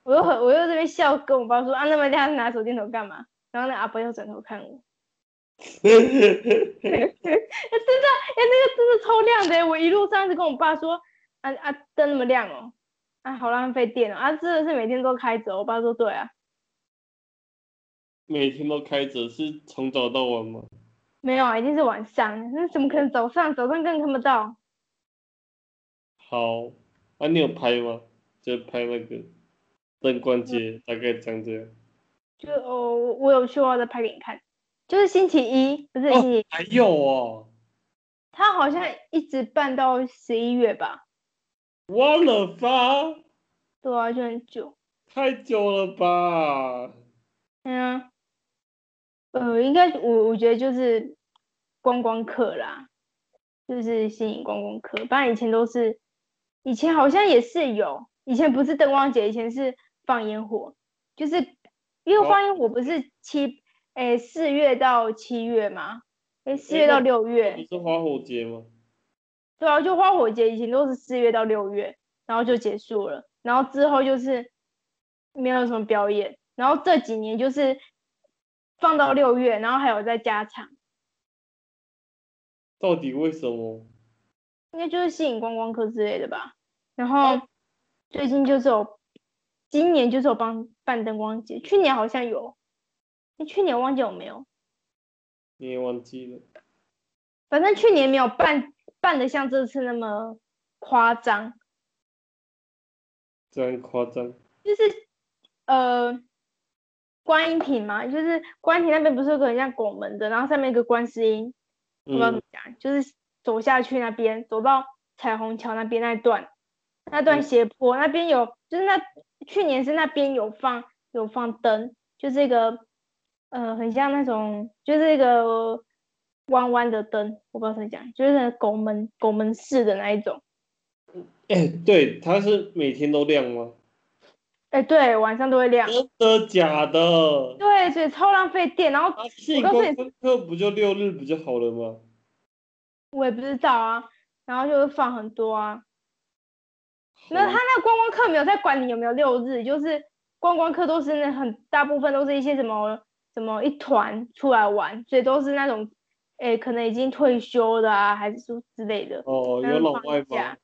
我又很我又这边笑跟我爸说啊那么亮拿手电筒干嘛？然后那阿伯又转头看我， 哎、真的，哎、那个真的超亮的、欸，我一路上一直跟我爸说，啊啊，灯那么亮哦，啊，好浪费电哦，啊，真的是每天都开着哦。我爸说对啊，
每天都开着，是从早到晚吗？
没有啊，一定是晚上，那怎么可能早上？早上根本看不到。
好，啊，你有拍吗？就拍那个灯光节，大概长这样。
就哦，我我有去，我要再拍给你看。就是星期一，不是星期一，
还有哦
他好像一直办到十一月吧？
忘了发，
对啊，就很久。
太久了吧？
嗯、啊，呃，应该我我觉得就是观光客啦，就是吸引观光客。不然以前都是，以前好像也是有，以前不是灯光节，以前是放烟火，就是因
哦
为放烟火不是七诶四月到七月吗？诶，四
诶
月到
那
六月，
不是花火节吗？
对啊，就花火节以前都是四月到六月，然后就结束了，然后之后就是没有什么表演，然后这几年就是放到六月，然后还有再加场，
到底为什么？
应该就是吸引观光客之类的吧。然后最近就是有，今年就是有帮办灯光节，去年好像有，诶去年忘记有没有，
你也忘记了？
反正去年没有办办的像这次那么夸张，
这样夸张？
就是呃观音亭嘛，就是观音亭那边不是有个很像拱门的，然后上面一个观世音，我不知道
嗯
怎么讲，就是走下去那边，走到彩虹桥那边那一段，那段
嗯
斜坡、那边有，就是那去年是那边有放有放灯，就是一个呃很像那种就是一个弯弯的灯，我不知道怎么讲，就是那个拱门拱门式的那一种。
哎、对，它是每天都亮吗？
哎、对，晚上都会亮。
真的假的？
对，所以超浪费电，然后
啊，吸引
我告诉你
观光客不就六日不就好了吗？
我也不知道啊，然后就会放很多啊。
好
那他那观光客没有在管你有没有六日，就是观光客都是那很大部分都是一些什么什么一团出来玩，所以都是那种，哎、可能已经退休的啊，还是说之类的。
哦，
他
有
就
老
放
外吗
假？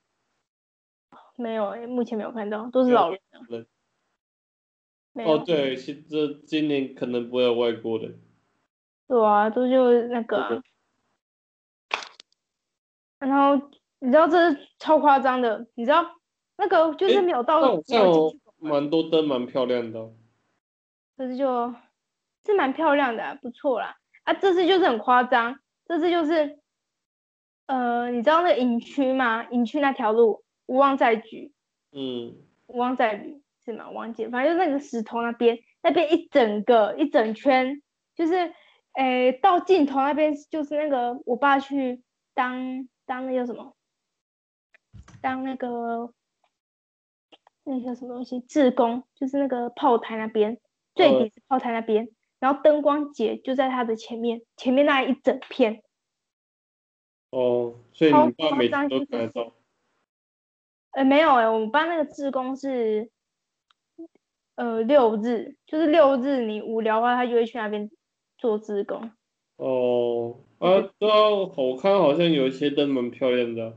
没有、诶目前没有看到，都是
有
老人啊
人。
没有
哦，，对，现这今年可能不会有外国人。
对啊，都就那个、啊。 然后你知道这是超夸张的，你知道那个就是
诶
没有到
那好
没
像哦
有
有
进去过
蛮多灯，蛮漂亮的哦。
可是就是蛮漂亮的啊、不错啦。啊，这次就是很夸张，这次就是，呃，你知道那个营区吗？营区那条路，无望在举，
嗯，
无望在旅是吗？我忘记了，反正就是那个石头那边，那边一整个一整圈，就是，诶，到尽头那边就是那个我爸去当当那叫什么，当那个那叫什么东西，志工，就是那个炮台那边最
呃
底是炮台那边，然后灯光节就在他的前面，前面那一整片，
哦，所以
超
你爸每
夸
天
张
都
就
看得
是
到。
呃，没有哎、我们班那个志工是，呃，六日，就是六日你无聊的话，他就会去那边做志工。
哦，啊，对啊，我看好像有一些灯蛮漂亮的。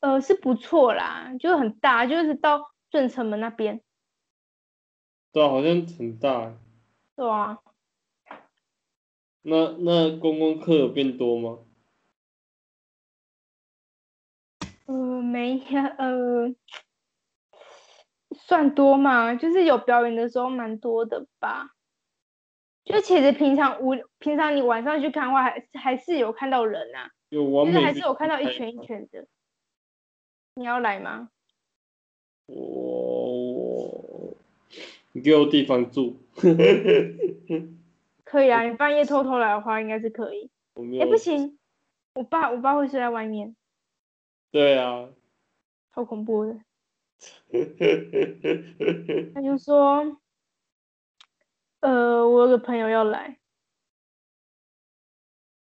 呃，是不错啦，就是很大，就是到顺城门那边，
对啊，好像很大。
对啊，
那那观光客有变多吗？
呃，没呀，呃，算多嘛，就是有表演的时候蛮多的吧。就其实平常无，平常你晚上去看的话，还还是有看到人啊，
有
就
完
是
美
还
地
是有看到一
拍
圈一
吗
圈的。你要来吗？
我我，你给我地方住，
可以啊，你半夜偷偷来的话，应该是可以。
我没
哎、
有。
不行，我爸我爸会睡在外面，
对啊，
超恐怖的。他就说，呃，我有个朋友要来，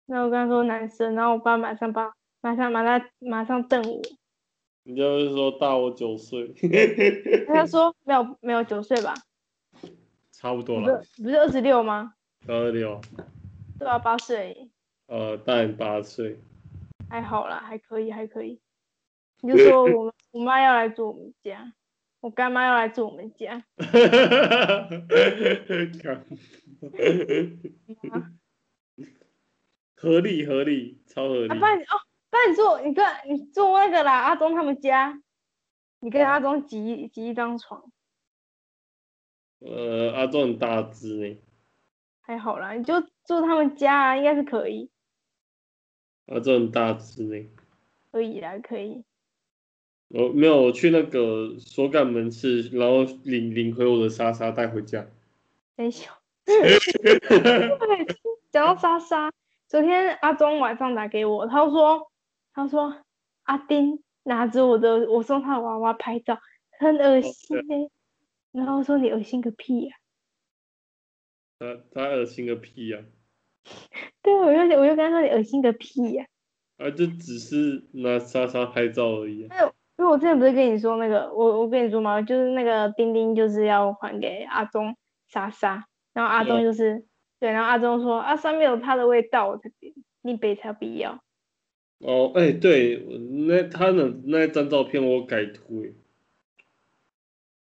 那我跟他说男生，然后我爸马上把马上马上马上瞪我，
你就是说大我九岁，
他说没有没有九岁吧，
差不多
不
了，
是不是二十六吗？
二六，
对啊，八岁而已，
呃，大你八岁，
还好啦，还可以还可以。你就说我们我妈要来住我们家，我干妈要来住我们家，啊
合理合理，超合
啊，
理
不，然你哦，不然你住你跟你住那个啦，阿忠他们家，你跟阿忠挤一挤一张床。
呃，阿壮很大只欸呢，
还好啦，你就住他们家啊，应该是可以，
阿壮很大只呢，
可以啦，可以。
我没有我去那个所港门市，然后领领回我的莎莎带回家，
等一下， 对，讲到莎莎，昨天阿忠晚上打给我，他说，他说阿丁拿着我的我送他的娃娃拍照，很恶心呢、然后我说你恶心个屁呀、
他他恶心个屁啊呀、
对，我就我就跟他说你恶心个屁呀、
啊，就只是拿莎莎拍照而已、啊。
因为我之前不是跟你说那个，我我跟你说嘛，就是那个丁丁就是要还给阿忠莎莎，然后阿忠
对
就是、对，然后阿忠说啊上面有他的味道，我才你北才不要。
哦，哎、对，我那他那那一张照片我改图、欸，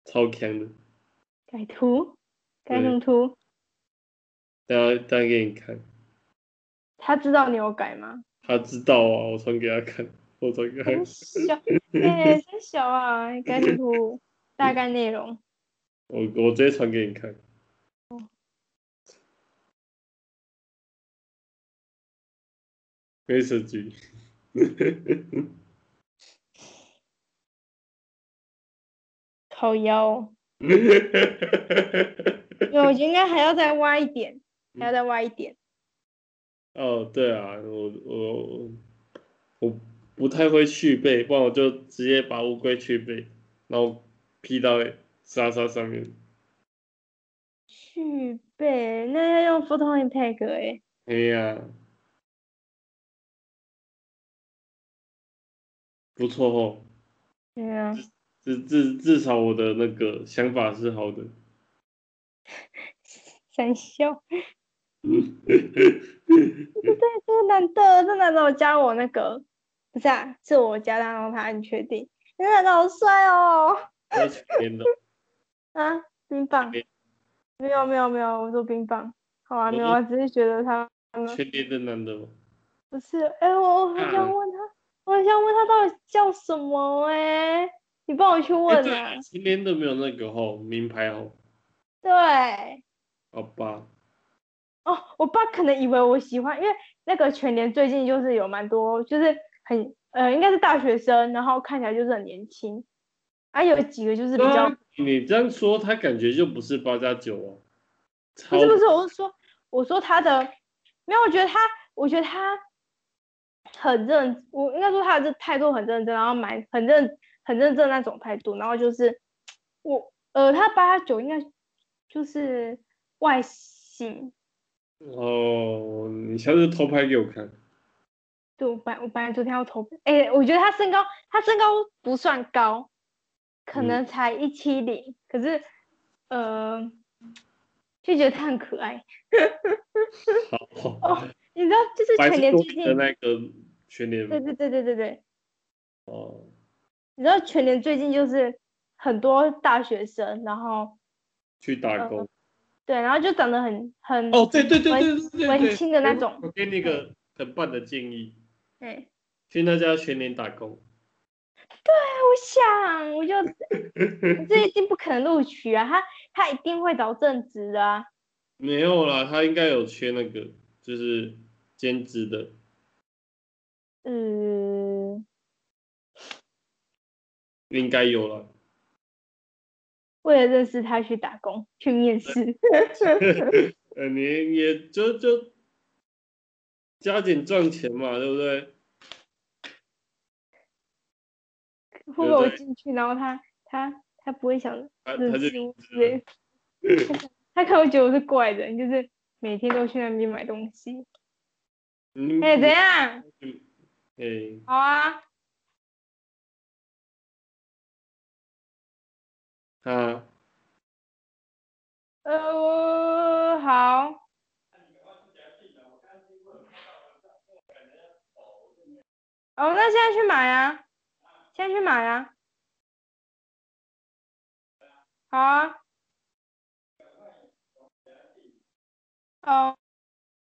超强的，
改图，改
对
什么图？
等下等下给你看。
他知道你有改吗？
他知道啊，我传给他看，我传给他
很
看。
小，哎、真小啊！你改什么图？大概内容。
我我直接传给你看。没手机，
靠腰哦，因为我觉得应该还要再挖一点，
嗯
还要再挖一点。
哦，对啊，我我我我不太会续背，不然我就直接把乌龟去背，然后 P 到莎莎上面。
去背，那要用 Photon Impact 哎、
哎呀， 不错哦，
对啊。
至至至少我的那个想法是好的。
三笑。对，这个男的，这个男的我加我那个，不是啊，是我加他，然后他按确定。那个男的好帅哦，
我去年 的，
啊，冰棒
没，
没有没有没有，我说冰棒，好啊
我
没有
说
啊，只是觉得他
去年的男的哦吗？
不是，哎、我我很想
嗯
问他，我很想问他到底叫什么哎、你帮我去
哎
问
对
啊，
今年的没有那个吼，名牌吼，
对。
好吧，
哦，我爸可能以为我喜欢，因为那个全联最近就是有蛮多，就是很呃，应该是大学生，然后看起来就是很年轻，啊，有几个就是比较，
你这样说，他感觉就不是八加九哦，超
不是不是，我是说，我说他的，没有，我觉得他，我觉得他很认，我应该说他的这态度很认真，然后蛮很认很认真的那种态度，然后就是我呃，他八九应该就是外形，
哦，你下次偷拍给我看，
对，我本来我本来昨天要投，哎、我觉得他身高，他身高不算高，可
嗯
能才一七零，可是，呃，就觉得他很可爱。
好，
哦你知道，就是
嗯白
全
色
年
多
最
的
近，
那个全年
对对对对对对，
哦，
你知道全年最近就是很多大学生，然后
去打工
对，然后就长得很很，
哦，对对对对对对对，
文青的那种
我给你一个很棒的建议，
哎、
去那家全年打工，
我想，我就这一定不可能录取啊，他他一定会找正职的啊。
没有啦，他应该有缺那个就是兼职的，
呃嗯，
应该有了。
为了认识他去打工去面 试。
呃，你也就就加紧赚钱嘛，对不对？
或者我进去，然后他他他不会想
他啊他
日
就
出之类， 他可能会觉得我是怪人，就是每天都去那边买东 西。
嗯，
哎、怎样？
哎，
好啊，
啊，
呃，好，哦，那现在去买啊，现在去买啊，好啊，哦。